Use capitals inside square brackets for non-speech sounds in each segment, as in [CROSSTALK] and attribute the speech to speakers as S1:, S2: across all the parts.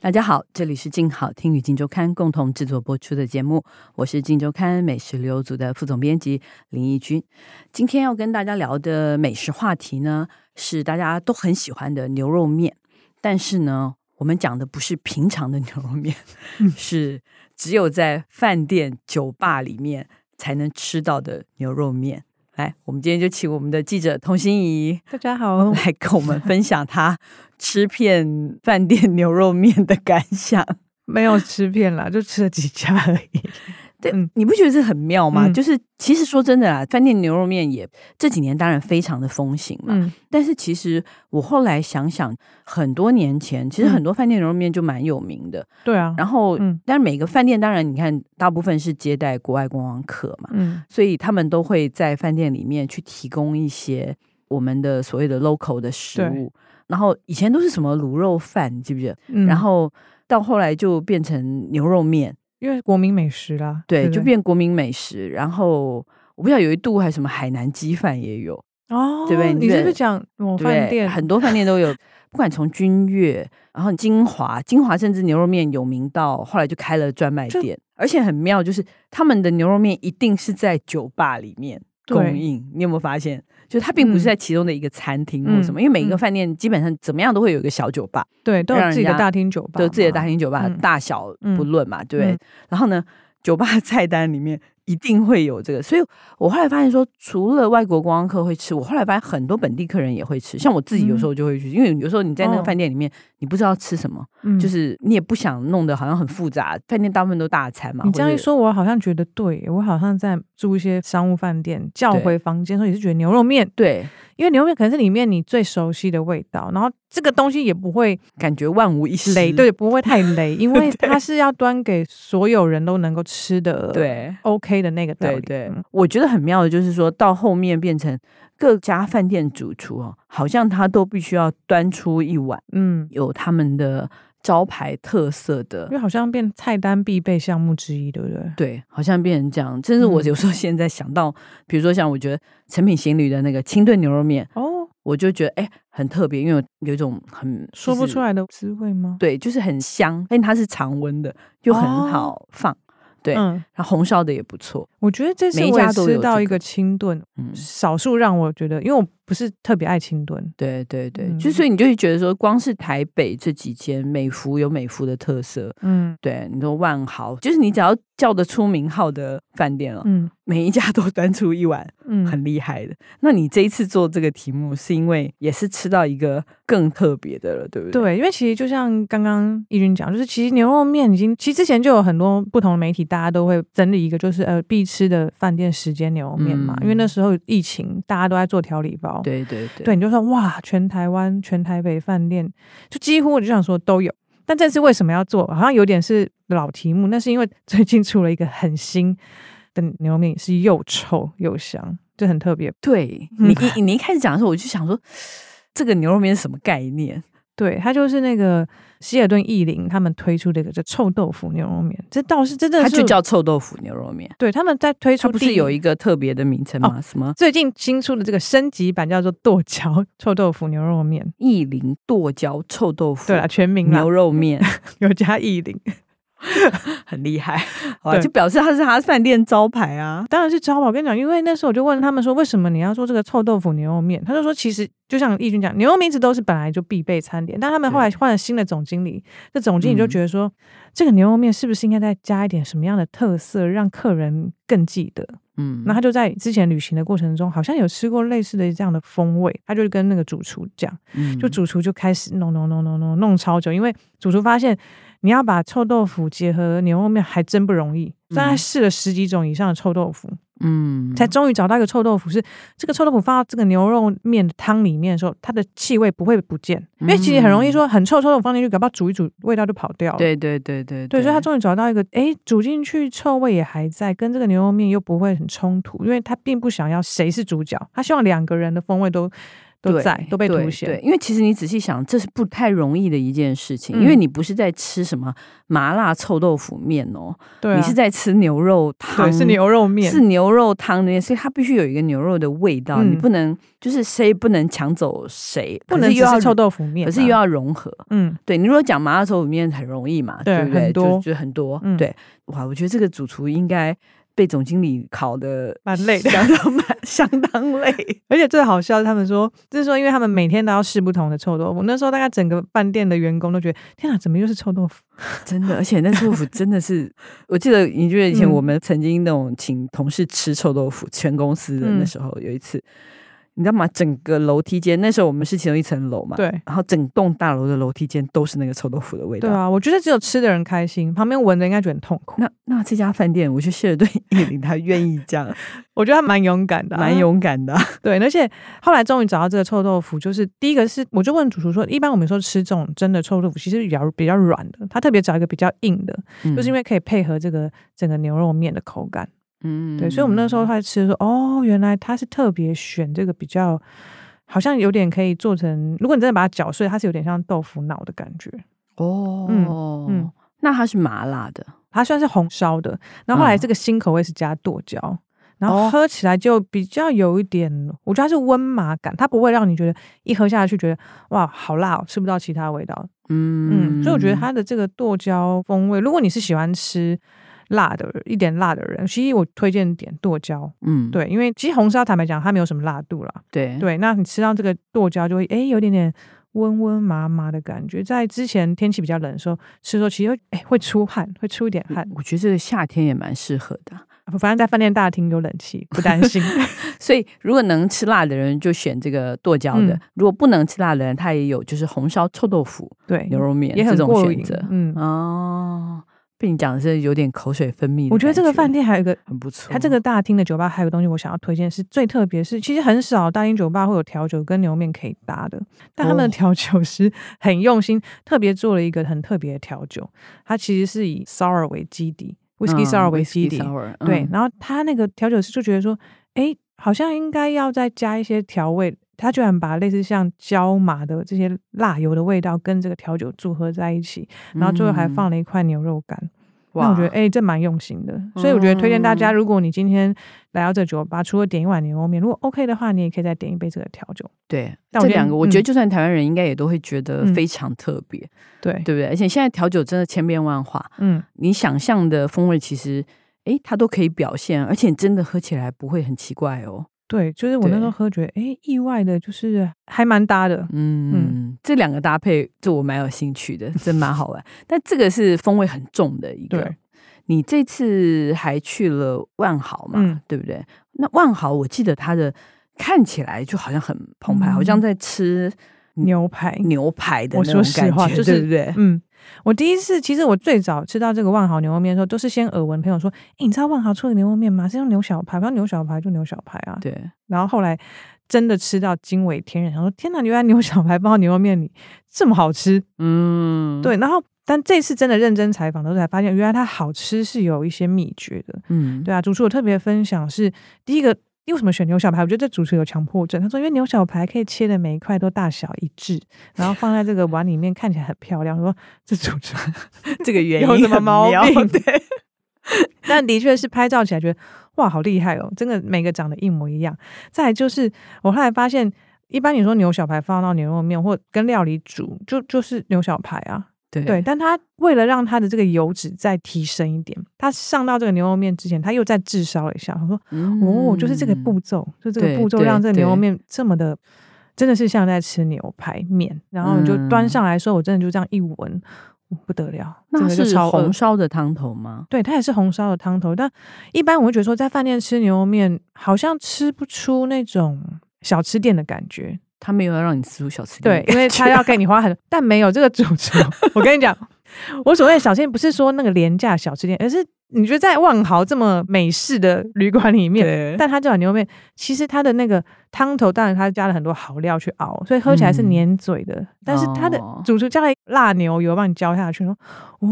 S1: 大家好，这里是静好听与静周刊共同制作播出的节目，我是静周刊美食旅游组的副总编辑林义君。今天要跟大家聊的美食话题呢，是大家都很喜欢的牛肉面，但是呢，我们讲的不是平常的牛肉面，
S2: 嗯
S1: [LAUGHS] 是只有在饭店、酒吧里面才能吃到的牛肉面。来，我们今天就请我们的记者童心怡
S2: 大家好，
S1: 来跟我们分享他吃遍饭店牛肉面的感想。
S2: 没有吃遍 [LAUGHS] 啦，就吃了几家而已。
S1: 对，
S2: 嗯
S1: 你不觉得这很妙吗？
S2: 嗯
S1: 就是其实说真的啦，饭店牛肉面也这几年当然非常的风行嘛，
S2: 嗯，
S1: 但是其实我后来想想，很多年前其实很
S2: 嗯
S1: 多饭店牛肉面就蛮有名的。
S2: 对啊，
S1: 然后，
S2: 嗯
S1: 但是每个饭店当然你看，大部分是接待国外观光客嘛，
S2: 嗯
S1: 所以他们都会在饭店里面去提供一些我们的所谓的 local 的食
S2: 对
S1: 物。然后以前都是什么卤肉饭，你记不记得？
S2: 嗯，
S1: 然后到后来就变成牛肉面，
S2: 因为国民美食啦，
S1: 对，
S2: 不
S1: 就变国民美食。然后我不知道有一度还什么海南鸡饭也有，
S2: 哦，
S1: 对不对你
S2: 你
S1: 这
S2: 是不是讲某
S1: 对不
S2: 饭
S1: 对
S2: 店
S1: 很多饭店都有，不管从君悦，然后金华，金华甚至牛肉面有名到后来就开了专卖
S2: 这
S1: 店，而且很妙，就是他们的牛肉面一定是在酒吧里面供
S2: 对
S1: 应，你有没有发现？就它并不是
S2: 嗯
S1: 在其中的一个餐厅或什么，因为每一个
S2: 嗯嗯
S1: 饭店基本上怎么样都会有一个小酒吧，
S2: 对都
S1: 让
S2: 有自己
S1: 人
S2: 的
S1: 家
S2: 大厅酒吧嘛，
S1: 就自己的大型酒吧，
S2: 嗯
S1: 大小不
S2: 嗯
S1: 论嘛，对不对
S2: 嗯
S1: 然后呢，酒吧菜单里面一定会有这个，所以我后来发现说，除了外国观光客会吃，我后来发现很多本地客人也会吃，像我自己有时候就会去，因为有时候你在那个
S2: 嗯哦
S1: 饭店里面，你不知道吃什么，
S2: 嗯，
S1: 就是你也不想弄得好像很复杂，饭店大部分都大餐嘛。
S2: 你这样
S1: 或
S2: 一
S1: 者，
S2: 说，我好像觉得对，我好像在住一些商务饭店，叫
S1: 对
S2: 回房间的时候也是觉得牛肉面，
S1: 对，
S2: 因为牛肉面可能是里面你最熟悉的味道，然后这个东西也不会
S1: 感觉万无一失，
S2: 雷，对，不会太
S1: [LAUGHS]
S2: 雷，因为它是要端给所有人都能够吃的，
S1: 对。
S2: ，OK 的那个道
S1: 对
S2: 理，
S1: 对
S2: 嗯，
S1: 我觉得很妙的就是说到后面变成各家饭店主厨哦，好像他都必须要端出一碗
S2: 嗯，
S1: 有他们的招牌特色
S2: 因
S1: 的，
S2: 为好像变菜单必备项目之一，对不对？
S1: 对，好像变成这样。甚至我
S2: 嗯
S1: 有时候现在想到，比如说像我觉得成品行旅的那个清炖牛肉面，
S2: 哦，
S1: 我就觉得哎很特别，因为有有一种很
S2: 说不出，
S1: 就是
S2: 来的滋味吗？
S1: 对，就是很香，而且它是常温的，又很
S2: 哦
S1: 好放。对，
S2: 嗯，
S1: 然后红烧的也不错，
S2: 我觉得这次
S1: 每一
S2: 我
S1: 家
S2: 也
S1: 都有
S2: 吃到
S1: 这
S2: 一
S1: 个
S2: 个清炖，
S1: 嗯，
S2: 少数让我觉得，因为我不是特别爱清炖，
S1: 对对对，
S2: 嗯
S1: 就所以你就会觉得说，光是台北这几间美孚有美孚的特色，
S2: 嗯
S1: 对，你说万豪，就是你只要叫得出名号的饭店了，
S2: 嗯
S1: 每一家都端出一碗
S2: 嗯，
S1: 很厉害的。那你这一次做这个题目，是因为也是吃到一个更特别的了，对不对？
S2: 对，因为其实就像刚刚义军讲，就是其实牛肉面已经，其实之前就有很多不同的媒体，大家都会整理一个，就是呃必吃的饭店时间牛肉面嘛。因为那
S1: 嗯
S2: 时候疫情，大家都在做调理包，
S1: 对对对
S2: 对，你就说哇，全台湾、全台北饭店，就几乎我就想说都有。但这次为什么要做？好像有点是老题目，那是因为最近出了一个很新的牛肉面，是又臭又香，就很特别。
S1: 对
S2: 嗯
S1: 你 [LAUGHS] 一你一开始讲的时候，我就想说，这个牛肉面是什么概念？
S2: 对，它就是那个希尔顿意林他们推出的一个叫臭豆腐牛肉面，这倒是真的
S1: 它
S2: 是
S1: 就叫臭豆腐牛肉面，
S2: 对，他们在推
S1: 它
S2: 出
S1: 不哦
S2: 第
S1: 是有一个特别的名称吗？什么
S2: 最近新出的这个升级版叫做剁椒臭豆腐牛肉面。
S1: 意林剁椒臭豆腐？
S2: 对啦，全名啦
S1: 牛， [LAUGHS] 肉面
S2: 有加意林，
S1: 很厉害，好吧
S2: 对
S1: 就表示它是它饭店招牌啊。
S2: 当然是招吧。我跟你讲，因为那时候我就问他们说，为什么你要做这个臭豆腐牛肉面？他就说，其实就像义军讲，牛肉面一直都是本来就必备餐点，但他们后来换了新的总经理，这总经理就觉得说，这个牛肉面是不是应该再加一点什么样的特色，让客人更记得？
S1: 嗯，
S2: 那他就在之前旅行的过程中，好像有吃过类似的这样的风味，他就跟那个主厨讲，
S1: 嗯
S2: 就主厨就开始弄弄弄弄弄弄超久，因为主厨发现你要把臭豆腐结合牛肉面还真不容易，大概
S1: 嗯
S2: 试了十几种以上的臭豆腐，
S1: 嗯
S2: 才终于找到一个臭豆腐是这个臭豆腐放到这个牛肉面的汤里面的时候，它的气味不会不见，因为其实很容易说很臭的臭豆腐放进去，搞不好煮一煮味道就跑掉了。
S1: 嗯对对对对
S2: 对，所以他终于找到一个，哎，煮进去臭味也还在，跟这个牛肉面又不会很冲突，因为他并不想要谁是主角，他希望两个人的风味都都
S1: 对
S2: 在，都被凸
S1: 对
S2: 显。
S1: 对，因为其实你仔细想，这是不太容易的一件事情，因为
S2: 嗯
S1: 你不是在吃什么麻辣臭豆腐面哦，
S2: 对啊，
S1: 你是在吃牛肉汤，
S2: 对是牛肉面，
S1: 是牛肉汤的，所以它必须有一个牛肉的味道，
S2: 嗯
S1: 你不能就是谁不能抢走谁，
S2: 不
S1: 可
S2: 能
S1: 是
S2: 只
S1: 又要
S2: 是臭豆腐面啊，
S1: 可是又要融合。
S2: 嗯
S1: 对你如果讲麻辣臭豆腐面很容易嘛，
S2: 对
S1: 不对？
S2: 很多
S1: 就就很多，
S2: 嗯
S1: 对，哇，我觉得这个主厨应该被总经理考的
S2: 蛮累的
S1: 相当 [LAUGHS] 蛮相当累。
S2: 而且最好笑的，他们说，就是说，因为他们每天都要试不同的臭豆腐。那时候大概整个饭店的员工都觉得，天啊，怎么又是臭豆腐？
S1: 真的，而且那臭豆腐真的是，我记得你记得以前
S2: 嗯
S1: 我们曾经那种请同事吃臭豆腐，全公司的
S2: 嗯
S1: 那时候有一次，你知道吗？整个楼梯间，那时候我们是其中一层楼嘛，，
S2: 对
S1: 然后整栋大楼的楼梯间都是那个臭豆腐的味道。
S2: 对啊，我觉得只有吃的人开心，旁边闻的应该觉得很痛苦。
S1: 那那这家饭店，我觉得谢
S2: [LAUGHS]
S1: 尔顿叶林他愿意这样，
S2: 我觉得他蛮勇敢的啊、
S1: 蛮勇敢
S2: [LAUGHS]
S1: 的啊、
S2: 对。而且后来终于找到这个臭豆腐，就是第一个是，我就问主厨说，一般我们说吃这种真的臭豆腐，其实比较比较软的，他特别找一个比较硬的，就是因
S1: 为
S2: 为可以配合这个整个牛肉面的口感。
S1: 嗯
S2: 对，所以我们那时候他吃说，哦，原来他是特别选这个比较，好像有点可以做成，如果你真的把它搅碎，它是有点像豆腐脑的感觉。
S1: 哦，
S2: 嗯嗯
S1: 那它是麻辣的，
S2: 它虽然是红烧的，然后后来
S1: 嗯
S2: 这个新口味是加剁椒，然
S1: 哦
S2: 后喝起来就比较有一点，我觉得它是温麻感，它不会让你觉得一喝下去觉得哇好辣、哦，吃不到其他味道。
S1: 嗯
S2: 嗯，所以我觉得它的这个剁椒风味，如果你是喜欢吃辣的一点辣的人，其实我推荐点剁椒。
S1: 嗯
S2: 对，因为其实红烧坦白讲它没有什么辣度啦，
S1: 对
S2: 对，那你吃到这个剁椒就会哎有点点温温麻麻的感觉。在之前天气比较冷的时候吃的时候，其实哎会出汗，会出一点汗。
S1: 我觉得这个夏天也蛮适合的啊，
S2: 反正在饭店大厅有冷气，不担
S1: [LAUGHS]
S2: 心。
S1: 所以如果能吃辣的人就选这个剁椒的，
S2: 嗯
S1: 如果不能吃辣的人，他也有就是红烧臭豆腐、
S2: 对，
S1: 牛肉面
S2: 也
S1: 这
S2: 很
S1: 种
S2: 过
S1: 选
S2: 瘾
S1: 择。
S2: 嗯，
S1: 哦，被你讲的是有点口水分泌的
S2: 我觉得这个
S1: 感
S2: 饭店还有一个。
S1: 很不错，
S2: 它这个大厅的酒吧还有个东西，我想要推荐是最特别，是其实很少大厅酒吧会有调酒跟牛肉面可以搭的，但他们
S1: 哦
S2: 的调酒师很用心，特别做了一个很特别的调酒，它其实是以 sour 为基底，whisky sour 为基底，
S1: 嗯 sour，嗯
S2: 对，然后他那个调酒师就觉得说，哎，好像应该要再加一些调味。他居然把类似像椒麻的这些辣油的味道跟这个调酒组合在一起，然后最后还放了一块牛肉干。那我觉得，哎、这蛮用心的。所以我觉得推荐大家，
S1: 嗯
S2: 如果你今天来到这酒吧，除了点一碗牛肉面，如果 OK 的话，你也可以再点一杯这个调酒。
S1: 对
S2: 但
S1: 这
S2: 我觉得
S1: 两个，我觉得
S2: 嗯
S1: 就算台湾人应该也都会觉得
S2: 嗯
S1: 非常特别，
S2: 对，
S1: 对不对？而且现在调酒真的千变万化，
S2: 嗯，
S1: 你想象的风味其实。诶，它都可以表现，而且你真的喝起来不会很奇怪哦。
S2: 对，就是我那时
S1: 对
S2: 候喝，觉得哎、意外的就是还蛮搭的。
S1: 嗯，这两个搭配，就我蛮有兴趣
S2: [LAUGHS]
S1: 的，真蛮好玩。但这个是风味很重的一个
S2: 对。
S1: 你这次还去了万豪嘛？
S2: 嗯
S1: 对不对？那万豪，我记得它的看起来就好像很澎湃，
S2: 嗯
S1: 好像在吃
S2: 牛排，
S1: 牛排的
S2: 我
S1: 那种
S2: 说实
S1: 感
S2: 话
S1: 觉，
S2: 就是
S1: 对不对？
S2: 嗯，我第一次其实我最早吃到这个万豪牛肉面的时候，都是先耳闻朋友说，诶，你知道万豪出的牛肉面吗？是用牛小排，不知道牛小排就牛小排啊。
S1: 对，
S2: 然后后来真的吃到惊为天人，想说天哪，原来牛小排包到牛肉面里这么好吃。
S1: 嗯，，
S2: 对，然后但这次真的认真采访的时候才发现，原来它好吃是有一些秘诀的。
S1: 嗯，
S2: 对啊，主厨有特别分享是第一个。你为什么选牛小排？我觉得这主厨有强迫症。他说，因为牛小排可以切的每一块都大小一致，然后放在这个碗里面看起来很漂亮。我说这主厨
S1: 这个原因
S2: 有什么
S1: 很
S2: 毛
S1: 妙
S2: [LAUGHS] 病
S1: 对，
S2: 但的确是拍照起来觉得哇，好厉害哦！真的每个长得一模一样。再来就是我后来发现，一般你说牛小排放到牛肉面或跟料理煮，就就是牛小排啊。
S1: 对
S2: 对，但它为了让它的这个油脂再提升一点，它上到这个牛肉面之前，它又再炙烧了一下。他说：“哦，就是这个
S1: 嗯
S2: 步骤，就这
S1: 对
S2: 个步骤
S1: 对
S2: 让这个
S1: 对
S2: 牛肉面这么的。”真的是像在吃牛排面，然后你就
S1: 嗯
S2: 端上来的时候，我真的就这样一闻，不得了，
S1: 那
S2: 真的就
S1: 它是
S2: 超饿
S1: 红烧的汤头吗？
S2: 对，它也是红烧的汤头，但一般我会觉得说，在饭店吃牛肉面，好像吃不出那种小吃店的感觉。
S1: 它没有要让你吃出小吃店
S2: 对
S1: 的，
S2: 因为
S1: 感
S2: 他
S1: 觉
S2: 要给你花很，但没有这个主
S1: [LAUGHS]
S2: 厨。我跟你讲，我所谓的小吃店，不是说那个廉价小吃店，而是你觉得在万豪这么美式的旅馆里面，
S1: 对
S2: 但它这碗牛肉面，其实它的那个汤头，当然它加了很多好料去熬，所以喝起来是
S1: 嗯
S2: 黏嘴的。但是它的
S1: 哦
S2: 主厨加了辣牛油帮你浇下去，说哦，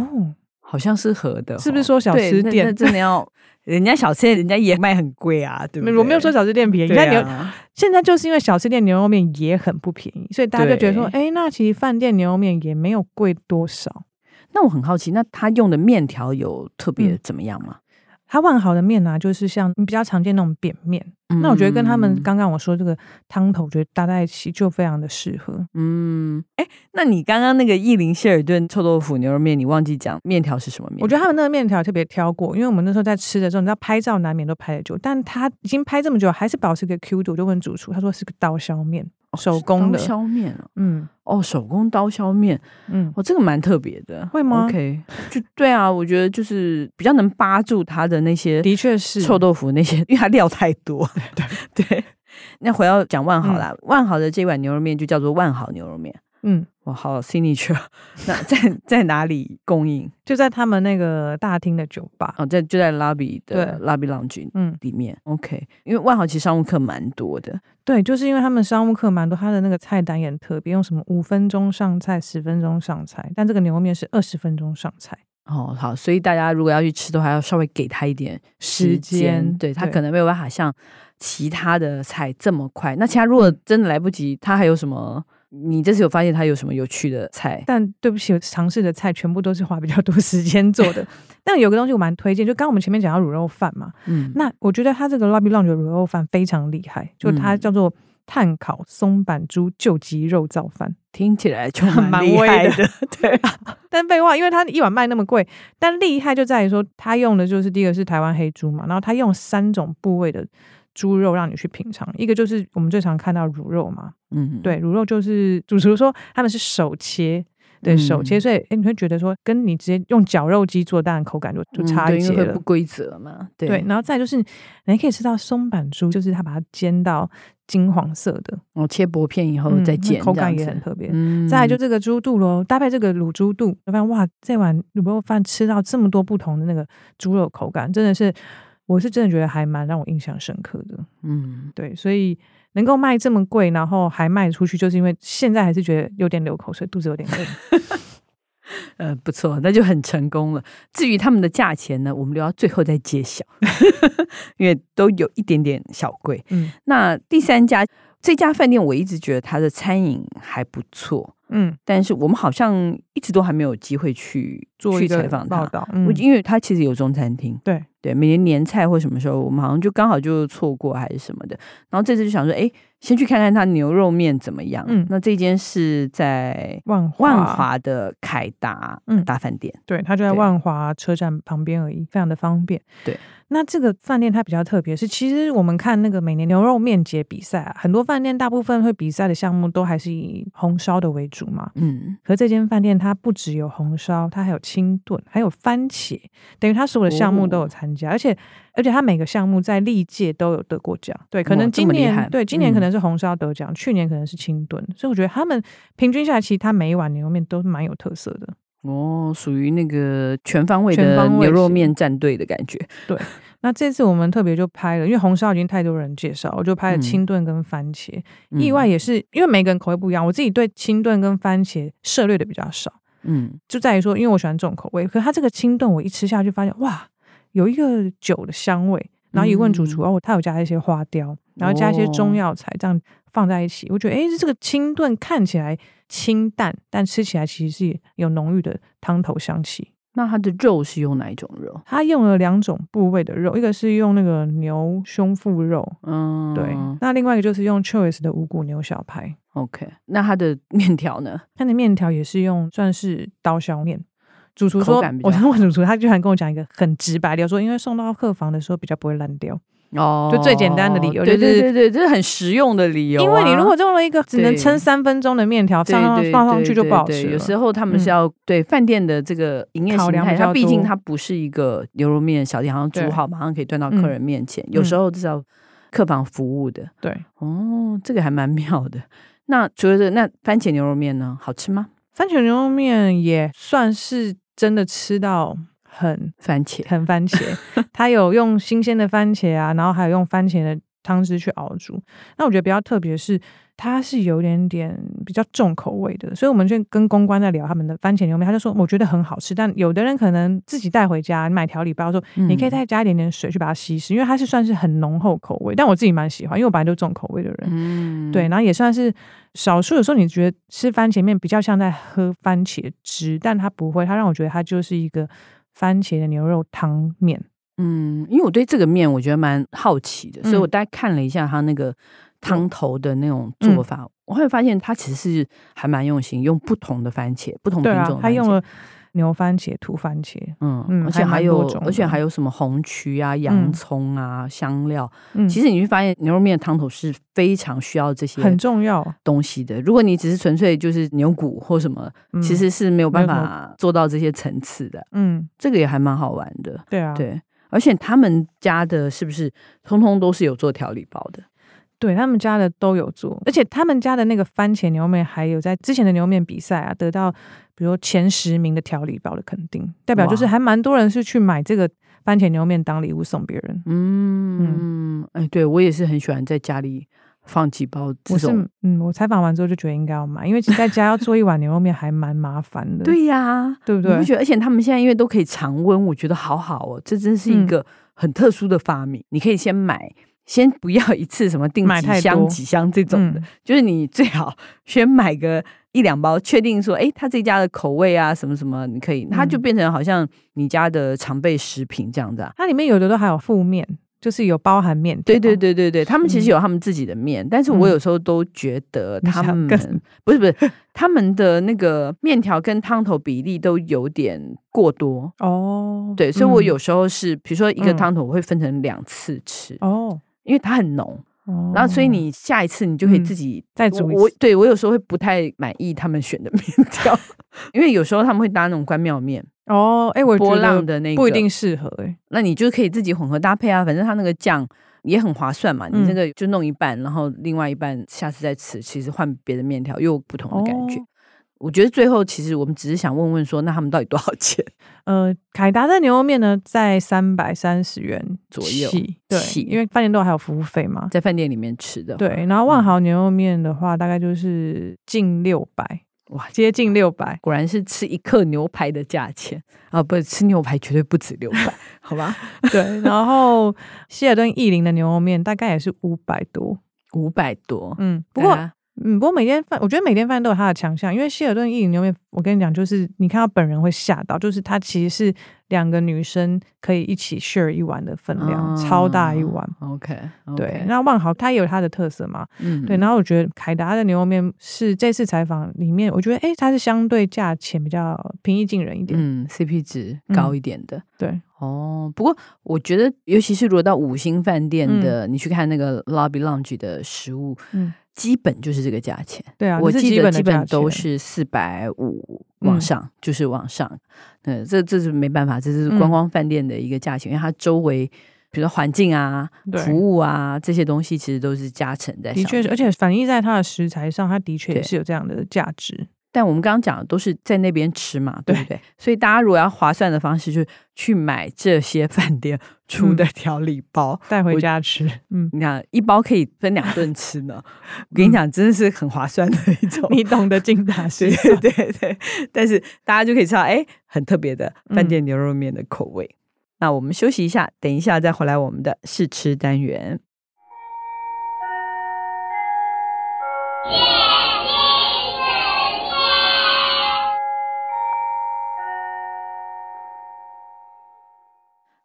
S1: 好像是合的哦，
S2: 是不是说小
S1: 对
S2: 吃
S1: 那
S2: 店
S1: 那真的
S2: [LAUGHS]
S1: 要人家小吃店人家也卖很贵啊，对不对？
S2: 我没有说小吃店便宜，
S1: 对
S2: 但牛、
S1: 啊，
S2: 现在就是因为小吃店牛肉面也很不便宜，所以大家就觉得说，哎、那其实饭店牛肉面也没有贵多少。
S1: 那我很好奇，那他用的面条有特别
S2: 嗯
S1: 怎么样吗？
S2: 它万好的面啊，就是像你比较常见那种扁面，那我觉得跟他们刚刚我说这个汤头，我觉得搭在一起就非常的适合。
S1: 嗯，哎、那你刚刚那个意林谢尔顿臭豆腐牛肉面，你忘记讲面条是什么面？
S2: 我觉得他们那个面条特别挑过，因为我们那时候在吃的时候，你知道拍照难免都拍得久，但他已经拍这么久，还是保持一个 Q 度。我就问主厨，他说是个刀削面，手工的
S1: 刀。削面哦，
S2: 嗯
S1: 哦，手工刀削面，
S2: 嗯，
S1: 哦，这个蛮特别的，
S2: 会吗
S1: ？OK，就对啊，我觉得就是比较能扒住它的那些
S2: 的确是
S1: 臭豆腐那 [LAUGHS] 些，因为它料太多。对 [LAUGHS] 嗯对。那回到讲万豪啦，万豪的这碗牛肉面就叫做万豪牛肉面，
S2: 嗯，
S1: 哇，好 signature。那 [LAUGHS] 在在哪里供应？
S2: 就在他们那个大厅的酒吧。
S1: 哦，在就在 lobby 的
S2: 对
S1: lobby lounge
S2: 嗯，
S1: 里面。OK，因为万豪其实商务客蛮多的，
S2: 对，就是因为他们商务客蛮多，他的那个菜单也很特别，用什么五分钟上菜、十分钟上菜，但这个牛肉面是二十分钟上菜。
S1: 哦，好，所以大家如果要去吃的话，要稍微给他一点时
S2: 时
S1: 间，
S2: 间
S1: 对他
S2: 对
S1: 可能没有办法像其他的菜这么快。那其他如果真的来不及，他还有什么？你这次有发现他有什么有趣的菜？
S2: 但对不起，我尝试的菜全部都是花比较多时间做的。但有个东西我蛮推荐，就刚刚我们前面讲到卤肉饭嘛，
S1: [LAUGHS] 嗯，
S2: 那我觉得它这个 Lobby Lounge 的卤肉饭非常厉害，就它
S1: 嗯
S2: 叫做炭烤松板猪就鸡肉燥饭。
S1: 听起来就 [LAUGHS] 蛮
S2: 蛮
S1: 厉
S2: 威
S1: 害
S2: 的
S1: 对，
S2: 但废话，因为它一碗卖那么贵，但厉害就在于说，它用的就是第一个是台湾黑猪嘛，然后它用三种部位的猪肉让你去品尝，一个就是我们最常看到的卤肉嘛，
S1: 嗯，
S2: 对，卤肉就是主厨说他们是手切。对
S1: 嗯
S2: 手切，所以诶你会觉得说，跟你直接用绞肉机做，当然口感就就
S1: 嗯
S2: 差
S1: 对
S2: 一
S1: 因
S2: 截
S1: 为会
S2: 了。
S1: 不规则嘛，对
S2: 对，然后再就是，你还可以吃到松板猪，就是它把它煎到金黄色的，
S1: 我哦切薄片以后
S2: 嗯
S1: 再
S2: 那
S1: 剪，
S2: 口
S1: 这
S2: 感
S1: 样
S2: 也
S1: 子
S2: 很特别。
S1: 嗯
S2: 再来就这个猪肚喽，搭配这个卤猪肚，我发现哇，这碗卤肉饭吃到这么多不同的那个猪肉口感，真的是，我是真的觉得还蛮让我印象深刻的。
S1: 嗯，
S2: 对，所以能够卖这么贵，然后还卖出去，就是因为现在还是觉得有点流口水，肚子有点饿。
S1: 呃，不错，那就很成功了。至于他们的价钱呢，我们留到最后再揭 [LAUGHS] 晓，因为都有一点点小贵。 [LAUGHS]
S2: 嗯
S1: 那第三家这家饭店，我一直觉得它的餐饮还不错，
S2: 嗯，
S1: 但是我们好像一直都还没有机会去
S2: 做
S1: 去
S2: 一个
S1: 采访
S2: 报
S1: 它。
S2: 道，
S1: 我
S2: 嗯，
S1: 因为它其实有中餐厅，
S2: 对
S1: 对，每年年菜或什么时候，我们好像就刚好就错过还是什么的。然后这次就想说，哎，先去看看它牛肉面怎么样。
S2: 嗯
S1: 那这间是在
S2: 万华
S1: 万，华的凯达
S2: 嗯
S1: 大饭店，
S2: 对，它就在
S1: 对
S2: 万华车站旁边而已，非常的方便。
S1: 对，
S2: 那这个饭店它比较特别，是其实我们看那个每年牛肉面节比赛啊，很多饭店大部分会比赛的项目都还是以红烧的为主嘛。
S1: 嗯，
S2: 可这间饭店它不只有红烧，它还有清炖，还有番茄，等于它所有的项目都
S1: 哦
S2: 有参加，而且而且它每个项目在历届都有得过奖。对，可
S1: 哇
S2: 能
S1: 这
S2: 今
S1: 么厉害
S2: 年对今年
S1: 嗯
S2: 可能是红烧得奖，去年可能是清炖，所以我觉得他们平均下来，其实它每一碗牛肉面都蛮有特色的。
S1: 哦，属于那个全方位
S2: 全
S1: 的
S2: 方位
S1: 牛肉
S2: 型
S1: 面战队的感觉。
S2: 那这次我们特别就拍了，因为红烧已经太多人介绍，我就拍了
S1: 嗯
S2: 清炖跟番茄。
S1: 嗯
S2: 意外，也是因为每个人口味不一样，我自己对清炖跟番茄涉猎的比较少，
S1: 嗯，
S2: 就在于说，因为我喜欢重口味，可是它这个清炖我一吃下去发现，哇，有一个酒的香味。然后一问主厨，
S1: 嗯
S2: 哦，他有加一些花雕，然后加一些
S1: 哦
S2: 中药材，这样放在一起，我觉得，哎，这个清炖看起来清淡，但吃起来其实是有浓郁的汤头香气。
S1: 那它的肉是用哪一种肉？
S2: 他用了两种部位的肉，一个是用那个牛胸腹肉，
S1: 嗯，
S2: 对，那另外一个就是用 Choice 的五谷牛小排。
S1: OK，那它的面条呢？
S2: 它的面条也是用算是刀削面。主厨
S1: 口
S2: 说
S1: 感比，较
S2: [LAUGHS] 我问主厨，他居然跟我讲一个很直白的，说因为送到客房的时候比较不会烂掉，
S1: 哦
S2: 就最简单的理由
S1: 对
S2: 就是
S1: 对对对，这是很实用的理由啊、
S2: 因为你如果用了一个只能
S1: 对
S2: 撑三分钟的面条
S1: 对
S2: 放上
S1: 对
S2: 放上
S1: 对
S2: 去就
S1: 对
S2: 不好
S1: 对
S2: 吃了。
S1: 有时候他们是
S2: 嗯
S1: 要、对饭店的这个营业
S2: 考
S1: 形
S2: 量
S1: 态，
S2: 比较
S1: 它毕竟
S2: 多
S1: 它不是一个牛肉面小店，好像煮
S2: 对嗯
S1: 好马上可以端到客人面前，有时候是要客房服务的。
S2: 对，
S1: 哦，这个还蛮 [LAUGHS] 妙的。那除了这个那番茄牛肉面呢，好吃吗？
S2: 番茄牛肉面也算是真的吃到很
S1: 番茄，
S2: [LAUGHS] 很番茄，它有用 [LAUGHS] 新鲜的番茄啊，然后还有用番茄的汤汁去熬煮。那我觉得比较特别是，它是有点点比较重口味的，所以我们就跟公关在聊他们的番茄牛面，他就说我觉得很好吃，但有的人可能自己带回家买调理包，说你可以再加一点点水去把它稀释，因为它是算是很浓厚口味，但我自己蛮喜欢，因为我本来就重口味的人，
S1: 嗯
S2: 对，然后也算是少数。有时候你觉得吃番茄面比较像在喝番茄汁，但它不会，它让我觉得它就是一个番茄的牛肉汤面。
S1: 嗯，因为我对这个面我觉得蛮好奇的，所以我
S2: 嗯
S1: 大概看了一下它那个汤头的那种做法，我会发现它其实是还蛮用心，用不同的番茄，不同嗯品
S2: 对啊
S1: 种的，
S2: 它
S1: 番茄
S2: 用了牛番茄、土番茄，
S1: 嗯，
S2: 嗯
S1: 而且
S2: 还蛮
S1: 还
S2: 多
S1: 有，
S2: 种
S1: 而且
S2: 的
S1: 还有什么红曲啊、洋
S2: 嗯
S1: 葱啊、香料。
S2: 嗯，
S1: 其
S2: 实
S1: 实你会发现，牛肉面的汤头是非常需要这些
S2: 很重要。
S1: 东西的。如果你只是纯粹就是牛骨或什么，
S2: 嗯
S1: 其实是没有办
S2: 没有什么
S1: 法做到这些层次的。
S2: 嗯，
S1: 这个也还蛮好玩的，
S2: 对啊，
S1: 对。而且他们家的是不是通通都是有做调理包的？
S2: 对他们家的都有做，而且他们家的那个番茄牛面还有在之前的牛面比赛啊，得到比如说前十名的调理包的肯定，代表就是
S1: 哇
S2: 还蛮多人是去买这个番茄牛面当礼物送别人。
S1: 嗯，哎，对我也是很喜欢在家里放几包这
S2: 我是
S1: 种。
S2: 嗯，我采访完之后就觉得应该要买，因为其实在家要做一碗牛肉面还蛮麻烦的，
S1: 对呀、
S2: 对不
S1: 你不
S2: 对？
S1: 觉得？而且他们现在因为都可以常温，我觉得好好哦，这真是一
S2: 嗯
S1: 个很特殊的发明。你可以先买，先不要一次什么订
S2: 买
S1: 几
S2: 太
S1: 箱
S2: 多
S1: 几箱这种
S2: 嗯
S1: 的，，就是你最好 [LAUGHS] 先买个一两包，确定说，哎，他这家的口味啊，什么什么，你可以，它就
S2: 嗯
S1: 变成好像你家的常备食品这样子啊。
S2: 它里面有的都还有负面，就是有包含面条，
S1: 对对对对对，他们其实
S2: 嗯
S1: 有他们自己的面，但是我有时候都觉得
S2: 你
S1: 他
S2: 想
S1: 们
S2: 跟
S1: 不是不是他们的那个面条跟汤头比例都有点过多，
S2: 哦，
S1: 对，所以我
S2: 嗯
S1: 有时候是，比如说一个
S2: 嗯
S1: 汤头，我会分成两次吃，
S2: 哦，
S1: 因为它很浓，
S2: 哦
S1: 然后所以你下一次你就可以
S2: 嗯
S1: 自己
S2: 再
S1: 我
S2: 煮一
S1: 我
S2: 次
S1: 对我有时候会不太满意他们选的 [LAUGHS] 面条，因为有时候他们会搭那种关庙面，
S2: 哦，哎，我觉
S1: 波浪
S2: 得
S1: 的那个，
S2: 不一定，适合哎，
S1: 那你就可以自己混合搭配啊，反正它那个酱。也很划算嘛，你这
S2: 嗯
S1: 个就弄一半，然后另外一半下次再吃，其实换别的面条又有不同的感觉。
S2: 哦
S1: 我觉得最后其实我们只是想问问说，那他们到底多少钱？ [LAUGHS]
S2: 呃，凯达的牛肉面呢，在三百三十元
S1: 左右
S2: 起对
S1: 起，
S2: 因为饭店都还有服务费嘛。
S1: 在饭店里面吃的话，
S2: 对，然后万豪牛肉面的话，大概就是近六百，
S1: 哇，
S2: 接近六百。
S1: 果然是吃一克牛排的价钱啊！不，吃牛排绝对不止六 [LAUGHS] 百，好吧？
S2: [LAUGHS] 对，然后希尔顿逸林的牛肉面大概也是五百多。
S1: 五百多。啊
S2: 嗯，不
S1: 不
S2: 过
S1: 过、
S2: 嗯，不过每天饭，我觉得每天饭都有它的强项，因为希尔顿意林牛面，我跟你讲，就是你看到本人会吓到，就是它其实是两个女生可以一起 share 一碗的
S1: 嗯
S2: 分量，超大一碗。
S1: 哦 OK，,
S2: 对，那万豪它也有它的特色嘛，
S1: 嗯
S2: 对。然后我觉得凯达的牛肉面是这次采访里面，我觉得诶，它是相对价钱比较平易近人一点。
S1: 嗯，CP 值高一点的。
S2: 对，
S1: 哦，不过我觉得，尤其是如果到五星饭店的，你去看那个 Lobby Lounge 的食物，
S2: 嗯，
S1: 基本就是这个价钱。
S2: 对啊，
S1: 我
S2: 这是
S1: 记
S2: 基
S1: 得
S2: 本的
S1: 基本
S2: 价
S1: 都
S2: 钱
S1: 是四百五往
S2: 嗯
S1: 上，就是往上。嗯，这这是没办法，这是观
S2: 嗯
S1: 光饭店的一个价钱，因为它周围，比如说环境啊、
S2: 对
S1: 服务啊这些东西，其实都是加成在上
S2: 的
S1: 面。
S2: 确是，而且反映在它的食材上，它的确
S1: 对
S2: 也是有这样的价值。
S1: 但我们刚刚讲的都是在那边吃嘛，对不对？所以大家如果要划算的方式，就是去买这些饭店
S2: [LAUGHS]
S1: 出
S2: 嗯
S1: 的调理包。
S2: 带
S1: 我
S2: 回家吃，
S1: [LAUGHS]
S2: 嗯，
S1: 你看，一包可以分两顿吃
S2: [LAUGHS]
S1: 呢。我跟你
S2: 嗯
S1: 讲，真的是很划算的一种。
S2: 你懂得精打细
S1: [LAUGHS]
S2: [LAUGHS]
S1: 对
S2: 算。
S1: 对对对，但是大家就可以知道，哎，很特别的饭店牛肉面的口味。那我们休息一下，等一下再回来我们的试吃单元。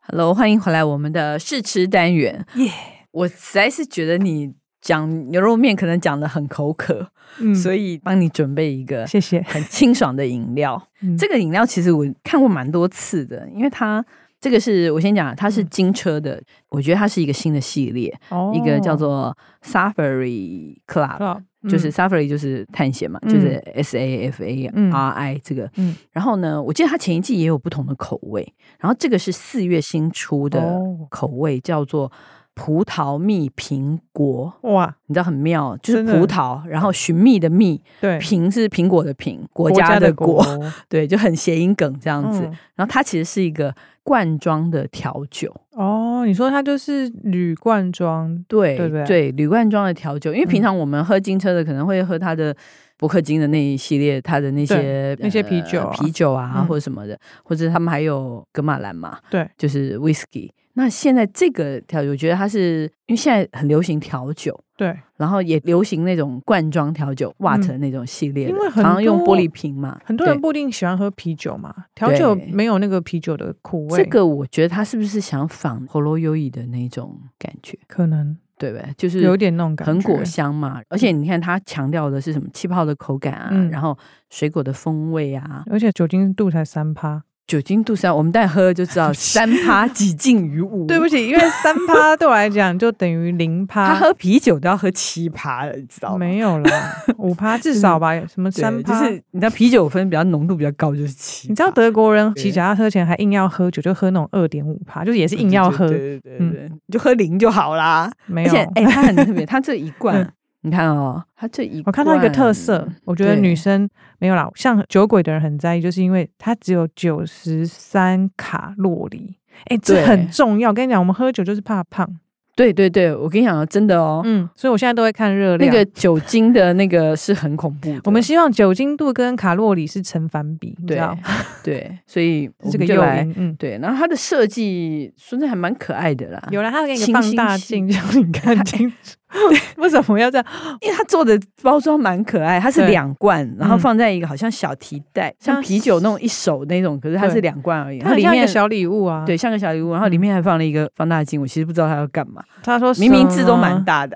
S1: Hello，欢迎回来我们的试吃单元。
S2: 耶
S1: 我实在是觉得你讲牛肉面可能讲的很口渴，
S2: 嗯
S1: 所
S2: 以
S1: 以帮你准备一个
S2: 谢谢。
S1: 很清爽的饮料。
S2: 嗯
S1: 这个饮料其实我看过蛮多次的，因为它这个是我先讲，它是
S2: 嗯
S1: 金车的，我觉得它是一个新的系列，
S2: 哦
S1: 一个叫做 Safari Club。
S2: Club，嗯
S1: 就是 Safari 就是探险嘛，
S2: 嗯
S1: 就是 S A F A R I 这个，
S2: 嗯
S1: 然后呢，我记得它前一季也有不同的口味，然后这个是四月新出的
S2: 哦
S1: 口味，叫做葡萄蜜苹果，
S2: 哇，
S1: 你知道很妙，就是
S2: 真的
S1: 葡萄，然后寻觅的觅，
S2: 对，
S1: 苹是苹果的苹，国
S2: 国
S1: 家的
S2: 国
S1: 国，对，就很谐音梗这样子。
S2: 嗯
S1: 然后它其实是一个罐装的调酒，
S2: 哦，哦，你说它就是铝罐装，
S1: 对
S2: 对不对
S1: 铝罐装的调酒，因为
S2: 嗯
S1: 平常我们喝金车的可能会喝它的伯克金的那一系列，它的那些呃
S2: 那些啤酒啊
S1: 啤酒啊、
S2: 嗯
S1: 或者什么的，或者他们还有格马兰嘛，
S2: 对，
S1: 就是 whisky。那现在这个调酒，我觉得它是因为现在很流行调酒，
S2: 对，
S1: 然后也流行那种罐装调酒，Watt 那种系列的，
S2: 嗯因为很
S1: 常常用
S2: 多
S1: 玻璃瓶嘛，
S2: 很多人
S1: 对
S2: 不一定喜欢喝啤酒嘛，调酒
S1: 对
S2: 没有那个啤酒的苦味，
S1: 这个我觉得他是不是想仿喉咙优异的那种感觉，
S2: 可能
S1: 对不对？就是
S2: 有点那种感觉，
S1: 很果香嘛，而且你看它强调的是什么气泡的口感啊，
S2: 嗯
S1: 然后水果的风味啊，
S2: 而且酒精度才三趴。
S1: 酒精度三，我们再喝就知
S2: [LAUGHS]
S1: 道三趴几近于无。
S2: 对不
S1: 起，
S2: 起，因为三趴对我来讲就等于
S1: [LAUGHS]
S2: 零趴，
S1: 他喝啤酒都要喝七趴了，你知道吗？
S2: 没有啦，五趴至少吧，什
S1: [LAUGHS]
S2: 么
S1: 对
S2: 三趴。
S1: 就是你知道啤酒分比较浓度比较高就是七，
S2: 你知道德国人骑
S1: 对
S2: 脚踏车前还硬要喝酒，就喝那种二点五趴，就是也是硬要喝，嗯
S1: 对对对对对，你就喝零就好啦。
S2: 没
S1: 而
S2: 有嗯
S1: 且。哎，它很特别，它这
S2: [LAUGHS]
S1: 一罐。你看哦，它这一
S2: 我看到一个特
S1: 罐
S2: 色，我觉得
S1: 对
S2: 女生没有啦，像酒鬼的人很在意，就是因为它只有九十三卡路里，哎、这
S1: 对
S2: 很重要。我跟你讲，我们喝酒就是怕胖，
S1: 对对对，我跟你讲，真的 [LAUGHS] 哦，
S2: 嗯，所以我现在都会看热
S1: 那
S2: 量。
S1: 个酒精的那个是很恐怖的。
S2: 我们希望酒精度跟卡路里是成反比，你知
S1: 对
S2: 道， [LAUGHS]
S1: 对，所以我
S2: 是
S1: 们
S2: 这个
S1: 就
S2: 诱
S1: 来
S2: 因，嗯，
S1: 对，然后它的设计说真的还蛮可爱的啦，
S2: 有了，它给你
S1: 啊清
S2: 放
S1: 新
S2: 大
S1: 系
S2: 镜， [LAUGHS] 让你看清
S1: [LAUGHS]
S2: 楚。 [LAUGHS] 为什么要这样？
S1: 因为它做的包装蛮可爱，它是
S2: 对
S1: 两罐，然后
S2: 嗯
S1: 放在一个好像小提袋，像
S2: 像
S1: 啤酒那种一手那种，可是它
S2: 对
S1: 是两罐而已，
S2: 它很
S1: 里
S2: 像一
S1: 面
S2: 个。小礼物啊。
S1: 对，，像个小礼物，然后里面还放了一个放大镜，我其实不知道它要干嘛，
S2: 他说
S1: 明明
S2: 什
S1: 字都蛮
S2: 么，
S1: 大啊
S2: [LAUGHS]
S1: 的，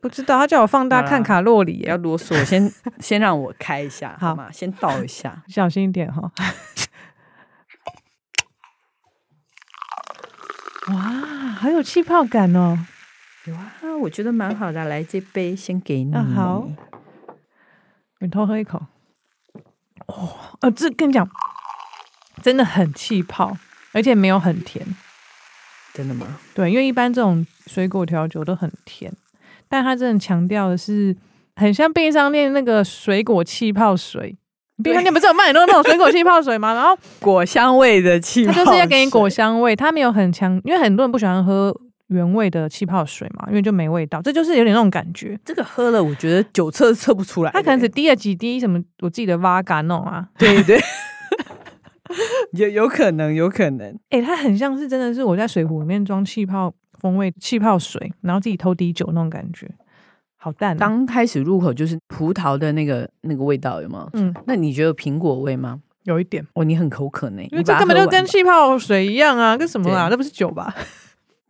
S2: 不知道他叫我放大
S1: 好啦
S2: 看卡路里
S1: 不
S2: 啊耶，
S1: 要啰嗦，
S2: [LAUGHS]
S1: 先先让我开一下，好
S2: 好
S1: 吗？先倒一
S2: [LAUGHS]
S1: 下，
S2: 小心一点哈。哇，好有气泡感哦！
S1: 有啊，我觉得蛮好的，来这杯先给你，
S2: 啊好你偷喝一口。哇、哦，呃，这跟你讲，真的很气泡，而且没有很甜。
S1: 真的吗？
S2: 对，因为一般这种水果调酒都很甜，但它真的强调的是，很像便利商店那个水果气泡水。便利商店不是有卖很多那种水果气泡水吗？然后
S1: 果香味的气泡水，
S2: 它就是要给你果香味，它没有很强，因为很多人不喜欢喝原味的气泡水嘛，因为就没味道，这就是有点那种感觉。
S1: 这个喝了，我觉得酒测测不出来的。
S2: 它可能只滴了几滴什么，我自己的 v a g a 那种啊，
S1: 对
S2: [LAUGHS]
S1: 对，有有可能，有可能。
S2: 诶、它很像是真的是我在水壶里面装气泡风味气泡水，然后自己偷滴酒那种感觉，好淡、啊。
S1: 刚开始入口就是葡萄的那个那个味道，有吗？
S2: 嗯，
S1: 那你觉得有苹果味吗？
S2: 有一点，
S1: 哦，你很口渴呢，
S2: 因
S1: 你
S2: 为这
S1: 把它
S2: 根本
S1: 喝
S2: 就
S1: 完
S2: 跟
S1: 吧……
S2: 气泡水一样啊，跟什么啊？
S1: 对
S2: 那不是酒吧？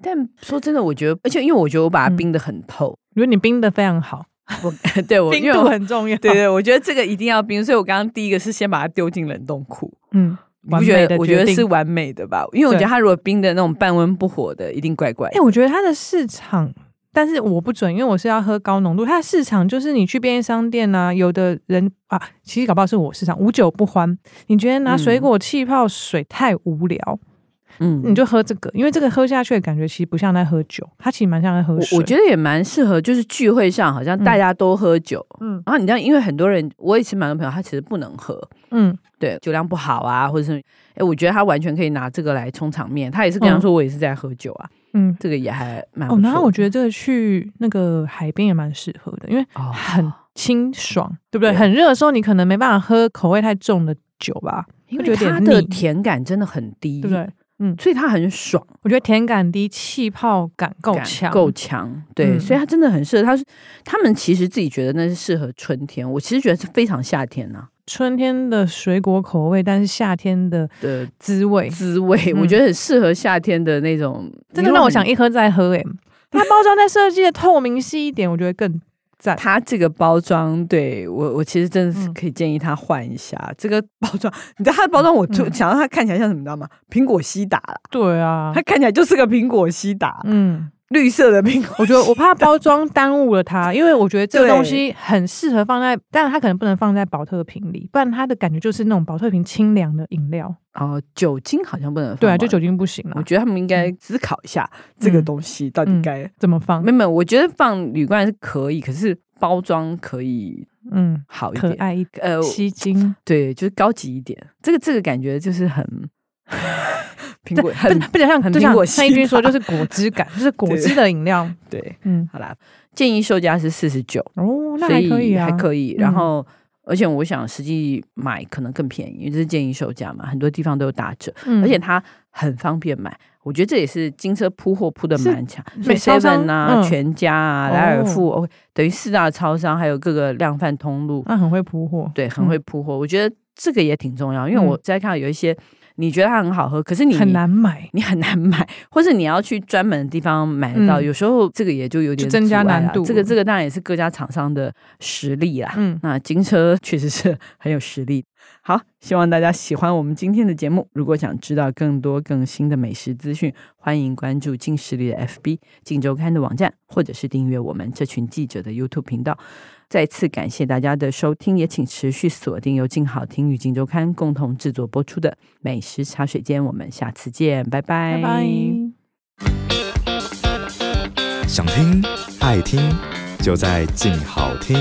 S1: 但说真的，我觉得，而且因为我觉得我把它
S2: 嗯
S1: 冰的很透， [LAUGHS]
S2: 因为你冰的非常好，
S1: 我
S2: [LAUGHS]
S1: 对我因
S2: 冰
S1: 为
S2: 度
S1: 我
S2: 很哦重
S1: [LAUGHS]
S2: 要。
S1: 对对，我觉得这个一定要冰，所以我刚刚第一个是先把它丢进冷冻库。
S2: 嗯，
S1: 你不
S2: 完
S1: 觉
S2: 美
S1: 得？
S2: 的
S1: 我
S2: 决
S1: 觉得
S2: 定
S1: 是完美的吧，因为我觉得
S2: 对
S1: 它如果冰的那种半温不火的，一定怪怪
S2: 哎、
S1: 的。
S2: 我觉得它的市场，但是我不准，因为我是要喝高浓度。它的市场就是你去便利商店啊，有的人啊，其实搞不好是我市场无酒不欢。你觉得拿水
S1: 嗯
S2: 果气泡水太无聊，
S1: 嗯
S2: 你就喝这个，因为这个喝下去的感觉其实不像在喝酒，它其实蛮像在喝水。
S1: 我我觉得也蛮适合，就是聚会上好像大家都喝酒，
S2: 嗯
S1: 然后你知道，因为很多人，我也是蛮多朋友，他其实不能喝，
S2: 嗯，
S1: 对，酒量不好啊，或者是，哎，我觉得他完全可以拿这个来充场面。他也是跟他说，我也是在喝酒啊，
S2: 嗯。
S1: 这个也还蛮
S2: 哦，然后我觉
S1: 得
S2: 得这个去那个海边也蛮适合的，因为
S1: 哦
S2: 很清爽，对不对？
S1: 对
S2: 很热的时候，你可能没办法喝口味太重的酒吧，
S1: 因
S2: 会
S1: 为
S2: 觉得有
S1: 它
S2: 点
S1: 的
S2: 腻
S1: 甜感真的很低，
S2: 对不对？？
S1: 所以它很爽，
S2: 我觉得甜感低，气泡感够
S1: 感
S2: 强，
S1: 够强，对，
S2: 嗯
S1: 所以它真的很适合。他他们其实自己觉得那是适合春天，我其实觉得是非常夏天啊呐、
S2: 春天的水果口味，但是夏天的
S1: 的
S2: 滋味，
S1: 滋味，我
S2: 嗯
S1: 觉得很适合夏天的那种。
S2: 真
S1: 你
S2: 的
S1: 如
S2: 让
S1: 果
S2: 我
S1: 很
S2: 想一喝
S1: [LAUGHS]
S2: 再喝诶、欸它包装再设计的透明细一点，我觉得更赞。
S1: 它这个包装，对我我其实真的是
S2: 嗯
S1: 可以建议他换一下、这个包装。你知道它的包装，我就
S2: 嗯
S1: 想到它看起来像什么，你知道吗？苹果西打啦，
S2: 对啊
S1: 它，看起来就是个苹果西打，
S2: 嗯，
S1: 绿色的苹果。
S2: 我觉得我怕包装耽误
S1: [LAUGHS]
S2: 了它，因为我觉得这个
S1: 对
S2: 东西很适合放在，但它可能不能放在保特瓶里，不然它的感觉就是那种保特瓶清凉的饮料。
S1: 哦，酒精好像不能放
S2: 对啊，
S1: 吧嗯
S2: 就酒。精不行
S1: 我
S2: 了，
S1: 觉得他们应该思考一下这个
S2: 嗯
S1: 东西到底
S2: 嗯
S1: 该。
S2: 怎么放
S1: 没？有没有，我觉得放铝罐是可以，可是包装可以
S2: 嗯，
S1: 好一
S2: 可
S1: 点。
S2: 爱一点，
S1: 呃，
S2: 吸睛。
S1: 对，就是高级一点。这个这个感觉就是很 [LAUGHS] 苹果
S2: 不
S1: 很
S2: 不想像
S1: 很
S2: 就
S1: 苹
S2: 像
S1: 果
S2: 像一
S1: 西
S2: 君说，
S1: 塔
S2: 就是果汁感，就是果汁的饮料。
S1: 对，
S2: 嗯，
S1: 好啦，建议售价是四十九，
S2: 哦，那
S1: 所
S2: 还
S1: 以
S2: 可以啊，
S1: 还可以。然
S2: 嗯
S1: 后，而且我想实际买可能更便宜，因为这是建议售价嘛，很多地方都有打折，
S2: 嗯
S1: 而且它很方便买。我觉得这也是金车铺货铺的
S2: 是
S1: 蛮强，所
S2: 美
S1: 以
S2: 超商
S1: Seven 啊、
S2: 嗯哦
S1: 全家啊、莱尔富、OK，等于四大超商，还有各个量贩通路，
S2: 那很会铺货。
S1: 对，很
S2: 嗯
S1: 会铺货。我觉得这个也挺重要，因为我
S2: 嗯
S1: 在看到有一些你觉得它很好喝，可是你
S2: 很难买，
S1: 你很难买，或是你要去专门的地方买得到，
S2: 嗯
S1: 有时候这个也就有点
S2: 就增加
S1: 阻碍啊
S2: 难度
S1: 这个这个当然也是各家厂商的实力啦。
S2: 嗯，
S1: 那金车 [LAUGHS] 确实是很有实力。好，希望大家喜欢我们今天的节目。如果想知道更多更新的美食资讯，欢迎关注金实力的 FB、金周刊的网站，或者是订阅我们这群记者的 YouTube 频道。再次感谢大家的收听，也请持续锁定由静好听与静周刊共同制作播出的《美食茶水间》，我们下次见，拜
S2: 拜拜。
S3: 想听爱听，就在静好听。